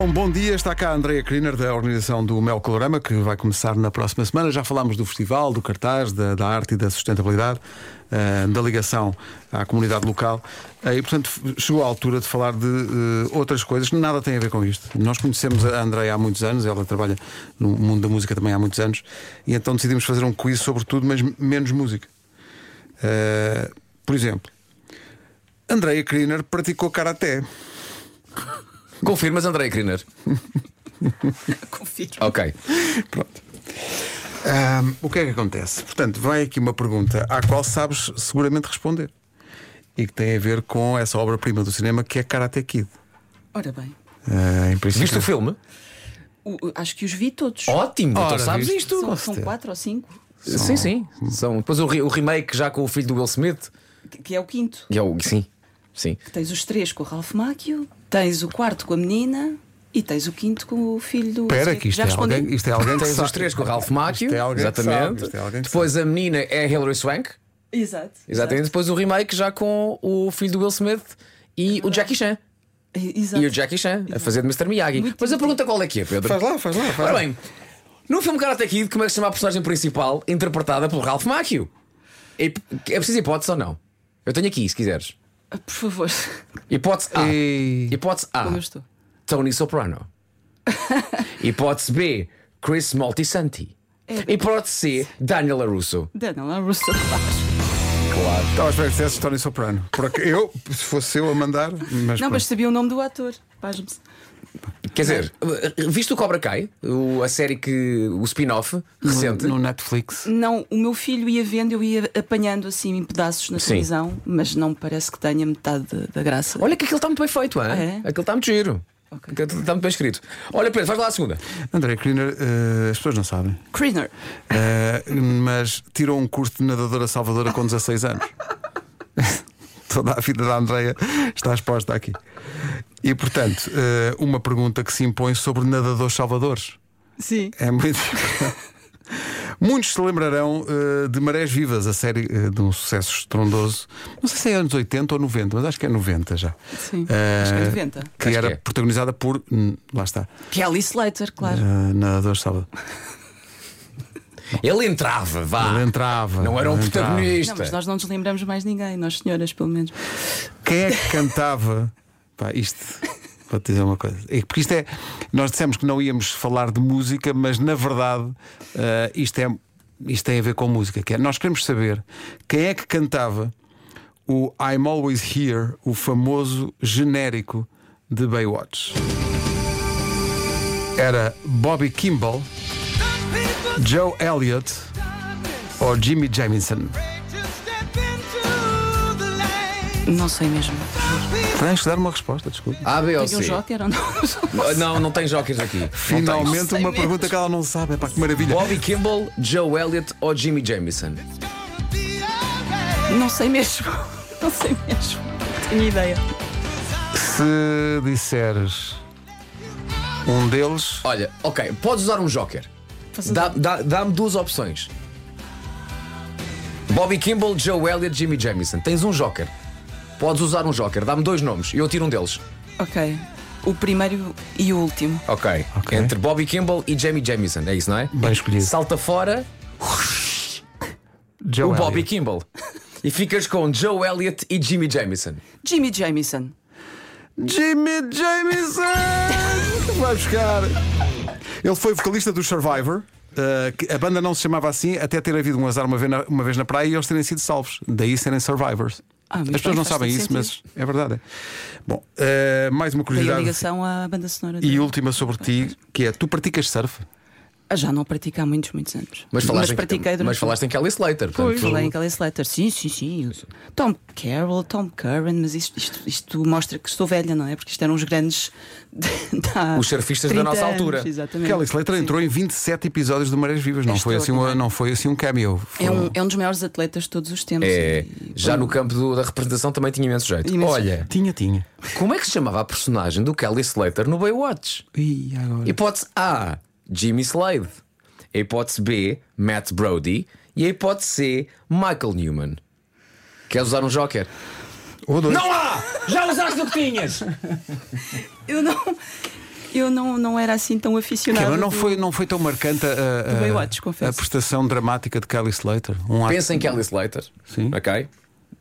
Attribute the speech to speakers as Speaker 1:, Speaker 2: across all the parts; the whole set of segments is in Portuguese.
Speaker 1: Bom, bom dia, está cá a Andrea Kriner, da organização do Mel Colorama, que vai começar na próxima semana. Já falámos do festival, do cartaz, da, da arte e da sustentabilidade, eh, da ligação à comunidade local. Eh, e, portanto, f- chegou a altura de falar de eh, outras coisas que nada têm a ver com isto. Nós conhecemos a Andrea há muitos anos, ela trabalha no mundo da música também há muitos anos, e então decidimos fazer um quiz sobre tudo, mas menos música. Eh, por exemplo, Andrea Kriner praticou karaté.
Speaker 2: Confirmas, André Kriner?
Speaker 3: Confiro.
Speaker 2: Ok.
Speaker 1: é Pronto. o que é que acontece? Portanto, vai aqui uma pergunta à qual sabes seguramente responder e que tem a ver com essa obra-prima do cinema que é Karate Kid.
Speaker 3: Ora bem,
Speaker 1: Ah, em princípio-
Speaker 2: Viste o filme?
Speaker 3: o- o- acho que os vi todos.
Speaker 1: Oh,
Speaker 2: Ótimo,
Speaker 1: Ora,
Speaker 2: então sabes
Speaker 1: viste.
Speaker 2: isto?
Speaker 3: são,
Speaker 1: com
Speaker 3: são
Speaker 1: certeza.
Speaker 3: quatro ou cinco,
Speaker 2: Sim, sim. São, depois o, re- o remake já com o filho do Will Smith.
Speaker 3: que- que é o quinto.
Speaker 2: E é o, sim, sim.
Speaker 3: Que Tens os três com o Ralph Macchio, tens o quarto com a menina e tens o quinto com o filho do.
Speaker 1: Espera, que isto
Speaker 3: Já
Speaker 1: é,
Speaker 3: respondi?
Speaker 1: alguém, isto é alguém que
Speaker 2: Tens
Speaker 1: sabe.
Speaker 2: os três com o Ralph Macchio.
Speaker 1: Isto é alguém que sabe,
Speaker 2: exatamente.
Speaker 1: isto é alguém que
Speaker 2: depois a menina é a Hilary Swank.
Speaker 3: Exato.
Speaker 2: Exatamente. Depois o remake já com o filho do Will Smith e o Jackie Chan.
Speaker 3: E- Exato.
Speaker 2: E o Jackie Chan a fazer de Mr. Miyagi.
Speaker 3: Muito
Speaker 2: Mas a pergunta qual é que é, Pedro?
Speaker 1: Faz lá, faz lá, faz
Speaker 2: Ora
Speaker 1: lá.
Speaker 2: bem, no filme Karate Kid, como é que se chama a personagem principal interpretada por Ralph Macchio? É é preciso hipótese ou não? Eu tenho aqui, se quiseres.
Speaker 3: Ah, Por favor,
Speaker 2: Hipótese A.
Speaker 1: Ei.
Speaker 2: Hipótese A.
Speaker 3: como eu estou.
Speaker 2: Tony Soprano. Hipótese B. Chris Moltisanti.
Speaker 3: É
Speaker 2: Hipótese C. Daniel LaRusso.
Speaker 3: Daniela Russo Paz.
Speaker 1: Estava a esperar que dissesse Tony Soprano. Porque eu, se fosse eu a mandar, mas.
Speaker 3: Não,
Speaker 1: pronto.
Speaker 3: mas sabia o nome do ator. Pasme-se.
Speaker 2: Quer dizer, viste o Cobra Kai? O- a série que. o spin-off recente.
Speaker 1: No, no Netflix.
Speaker 3: Não, o meu filho ia vendo, eu ia apanhando assim em pedaços na
Speaker 2: Sim.
Speaker 3: televisão, mas não me parece que tenha metade da- da graça.
Speaker 2: Olha que aquilo está muito bem feito, hein?
Speaker 3: É?
Speaker 2: Aquilo está muito giro.
Speaker 3: Ok.
Speaker 2: Aquilo está muito bem escrito. Olha, Pedro, faz lá a segunda.
Speaker 1: Andrea Kriner, eh, as pessoas não sabem,
Speaker 3: Kriner.
Speaker 1: eh, mas tirou um curso de nadadora salvadora com 16 anos. Toda a vida da Andrea está exposta aqui. E portanto, eh, uma pergunta que se impõe sobre nadadores salvadores.
Speaker 3: Sim.
Speaker 1: É muito. importante. Muitos se lembrarão eh, de Marés Vivas, a série eh, de um sucesso estrondoso. Não sei se é anos 80 ou 90, mas acho que é 90 já.
Speaker 3: Sim,
Speaker 1: Eh,
Speaker 3: acho que é 90.
Speaker 1: Que
Speaker 2: Acho
Speaker 1: era
Speaker 2: que é.
Speaker 1: protagonizada por. hum, Lá está.
Speaker 3: Kelly Slater, claro.
Speaker 1: eh, nadador Salvador.
Speaker 2: Ele entrava, vá.
Speaker 1: Ele entrava.
Speaker 2: Ah, Não era um
Speaker 1: ele entrava.
Speaker 2: protagonista.
Speaker 3: Não, mas nós não nos lembramos mais ninguém, nós senhoras, pelo menos.
Speaker 1: Quem é que cantava? Pá, isto. Vou-te dizer uma coisa. É que- Porque isto é. Nós dissemos que não íamos falar de música, mas na verdade eh, isto, é, isto tem a ver com música. Que é, nós queremos saber quem é que cantava o I'm Always Here, o famoso genérico de Baywatch. Era Bobby Kimball, Joe Elliott ou Jimmy Jamison.
Speaker 3: Não sei mesmo.
Speaker 1: Tens que dar uma resposta, desculpa.
Speaker 2: A, B ou
Speaker 3: Peguei um
Speaker 2: C?
Speaker 3: joker ou não?
Speaker 2: Não, não tem jokers aqui. Não tem.
Speaker 1: Finalmente
Speaker 3: sei
Speaker 1: uma
Speaker 3: mesmo.
Speaker 1: pergunta que ela não sabe. É pá, que maravilha.
Speaker 2: Bobby Kimball, Joe Elliott ou Jimmy Jamison?
Speaker 3: Não sei mesmo. Não sei mesmo. Não Tenho ideia.
Speaker 1: Se disseres um deles,
Speaker 2: Olha, ok, podes usar um joker.
Speaker 3: Faço-
Speaker 2: Dá- dá- Dá-me duas opções. Bobby Kimball, Joe Elliott, Jimmy Jamison. Tens um joker. Podes usar um joker. Dá-me dois nomes e eu tiro um deles.
Speaker 3: Ok. O primeiro e o último.
Speaker 2: Ok.
Speaker 1: Ok.
Speaker 2: Entre Bobby Kimball e Jamie Jamison. É isso, não é?
Speaker 1: bem escolhido.
Speaker 2: Salta fora
Speaker 1: Joe
Speaker 3: Então é
Speaker 2: o Bobby
Speaker 1: Elliott.
Speaker 2: Kimball. E ficas com Joe Elliott e Jimmy Jamison.
Speaker 3: Jimmy Jamison.
Speaker 1: Jimmy Jameson! Vai buscar. Ele foi vocalista do Survivor. uh, que a banda não se chamava assim até ter havido um azar uma vez, na, uma vez na praia e eles terem sido salvos. Daí serem survivors.
Speaker 3: Ah,
Speaker 1: As
Speaker 3: muito
Speaker 1: pessoas
Speaker 3: bem,
Speaker 1: não
Speaker 3: faz
Speaker 1: sabem
Speaker 3: todo
Speaker 1: isso, mas
Speaker 3: sentido.
Speaker 1: é verdade. Bom, uh, mais uma
Speaker 3: Daí a
Speaker 1: curiosidade
Speaker 3: ligação à banda sonora.
Speaker 1: e
Speaker 3: dele.
Speaker 1: última sobre ti, que é: tu praticas surf?
Speaker 3: Ah, Já não pratico há muitos, muitos anos.
Speaker 2: Mas falaste,
Speaker 3: pratiquei
Speaker 2: em,
Speaker 3: durante.
Speaker 2: mas falaste em Kelly Slater.
Speaker 3: Pois.
Speaker 2: portanto,
Speaker 3: Falei em Kelly Slater. Sim, sim, sim. Tom Carroll, Tom Curran, mas isto, isto, isto mostra que estou velha, não é? Porque isto eram os grandes. da-
Speaker 2: Os surfistas da
Speaker 3: 30
Speaker 2: nossa
Speaker 3: anos,
Speaker 2: altura.
Speaker 3: Exatamente.
Speaker 1: Kelly Slater
Speaker 3: Sim. É
Speaker 1: entrou em 27 episódios do Marés Vivas, não foi, assim uma,
Speaker 3: extraordinário.
Speaker 1: não foi assim um cameo. Foi
Speaker 3: É um, é um dos maiores atletas de todos os tempos.
Speaker 2: É,
Speaker 3: E-
Speaker 2: já no campo do- da representação também tinha imenso jeito.
Speaker 3: Imenso
Speaker 2: Olha,
Speaker 1: Tinha, tinha.
Speaker 2: como é que se chamava a personagem do Kelly Slater no Baywatch?
Speaker 1: E agora?
Speaker 2: Hipótese A, Jimmy Slade. A hipótese B, Matt Brody. E a hipótese C, Michael Newman. Queres usar um joker?
Speaker 1: Ou dois.
Speaker 2: há! Já usaste o que tinhas!
Speaker 3: Eu não. Eu não, não era assim tão aficionada.
Speaker 1: Mas não
Speaker 3: do-
Speaker 1: foi, não foi tão marcante a, a-
Speaker 3: Do Baywatch,
Speaker 1: a-
Speaker 3: confesso.
Speaker 1: a prestação dramática de Kelly Slater. Um ato-
Speaker 2: Pensa em Kelly Slater.
Speaker 1: Sim.
Speaker 2: Ok?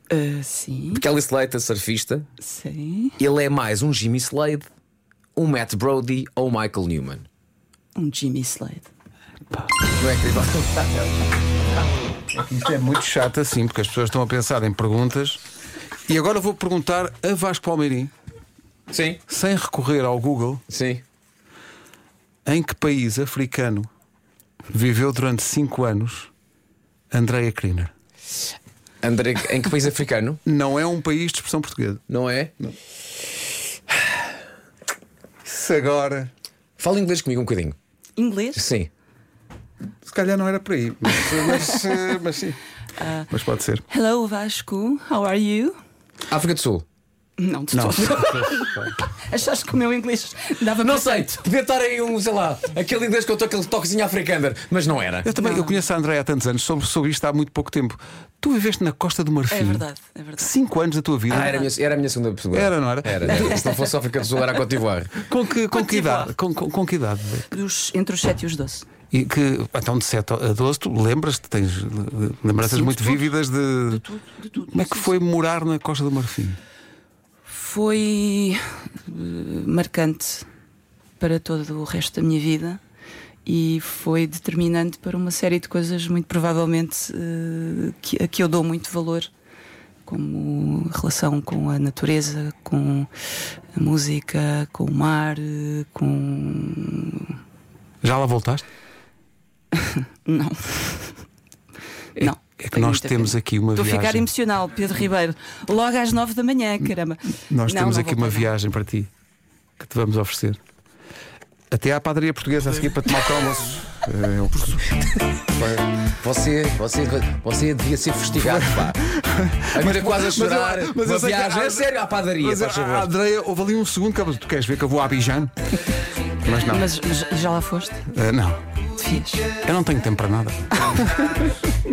Speaker 3: Ah, sim,
Speaker 2: Kelly Slater, surfista,
Speaker 3: sim.
Speaker 2: ele é mais um Jimmy Slade, um Matt Brody ou um Michael Newman.
Speaker 3: Um Jimmy Slade.
Speaker 2: Não é incrível?
Speaker 1: Isto é muito chato assim, porque as pessoas estão a pensar em perguntas. E agora vou perguntar a Vasco Palmeirim,
Speaker 2: Sim,
Speaker 1: sem recorrer ao Google,
Speaker 2: sim.
Speaker 1: em que país africano viveu durante 5 anos Andreia Kriner?
Speaker 2: André, em que país africano?
Speaker 1: Não é um país de expressão portuguesa.
Speaker 2: Não é?
Speaker 1: Se agora.
Speaker 2: Fala inglês comigo um bocadinho.
Speaker 3: Inglês?
Speaker 2: Sim.
Speaker 1: Se calhar não era por aí, mas, mas, eh, mas sim. Mas pode ser.
Speaker 3: Hello Vasco, how are you?
Speaker 2: África do Sul.
Speaker 3: Não, de
Speaker 1: Não.
Speaker 3: todo. Achaste que o meu inglês dava
Speaker 2: Não
Speaker 3: para
Speaker 2: sei,
Speaker 3: tanto?
Speaker 2: podia estar aí um, sei lá, aquele inglês que eu estou aquele toquezinho africano, mas não era.
Speaker 1: Eu também eu conheço a Andréia há tantos anos, sobre, sobre isto há muito pouco tempo. Tu viveste na Costa do Marfim.
Speaker 3: É verdade, é verdade.
Speaker 1: Cinco anos da tua vida.
Speaker 2: Ah, era a minha, era a minha segunda pessoa.
Speaker 1: Era, não era?
Speaker 2: Era, era. Se não fosse África do Sul, era a Côte d'Ivoire.
Speaker 1: Com que, com que
Speaker 3: Continua.
Speaker 1: idade? Com, com, com que idade?
Speaker 3: Dos- entre os 7 e os 12.
Speaker 1: E que, então, de 7 a 12, tu lembras-te, tens eh, lembranças
Speaker 3: Sim, de
Speaker 1: muito
Speaker 3: tudo.
Speaker 1: vívidas de.
Speaker 3: De tudo, de tudo.
Speaker 1: Como é que
Speaker 3: Sim,
Speaker 1: foi morar na Costa do Marfim?
Speaker 3: foi eh, marcante para todo o resto da minha vida e foi determinante para uma série de coisas, muito provavelmente, eh, que, a que eu dou muito valor, como relação com a natureza, com a música, com o mar, eh, com.
Speaker 1: Já lá voltaste?
Speaker 3: Não. Não.
Speaker 1: É que
Speaker 3: tenho
Speaker 1: nós
Speaker 3: muita
Speaker 1: temos
Speaker 3: pena.
Speaker 1: aqui uma
Speaker 3: Estou a
Speaker 1: viagem.
Speaker 3: ficar emocional, Pedro Ribeiro. Logo às nove da manhã, caramba.
Speaker 1: Nós
Speaker 3: Não,
Speaker 1: temos
Speaker 3: não
Speaker 1: aqui
Speaker 3: vou
Speaker 1: uma
Speaker 3: parar.
Speaker 1: viagem para ti que te vamos oferecer. Até à padaria portuguesa a seguir para tomar o almoço. É, eu-
Speaker 2: Você, você, você devia ser festigado, pá. Agora quase a chorar.
Speaker 1: eu-
Speaker 2: uma
Speaker 1: eu sei que
Speaker 2: viagem.
Speaker 1: a-
Speaker 2: É sério, à padaria,
Speaker 1: Mas
Speaker 2: faz
Speaker 1: a, a
Speaker 2: favor.
Speaker 1: Andreia, houve ali um segundo que ela disse, tu queres ver que eu vou a Abidjan? Mas não,
Speaker 3: Mas, mas já lá foste?
Speaker 1: Eh, não,
Speaker 3: Devias.
Speaker 1: eu não tenho tempo para nada.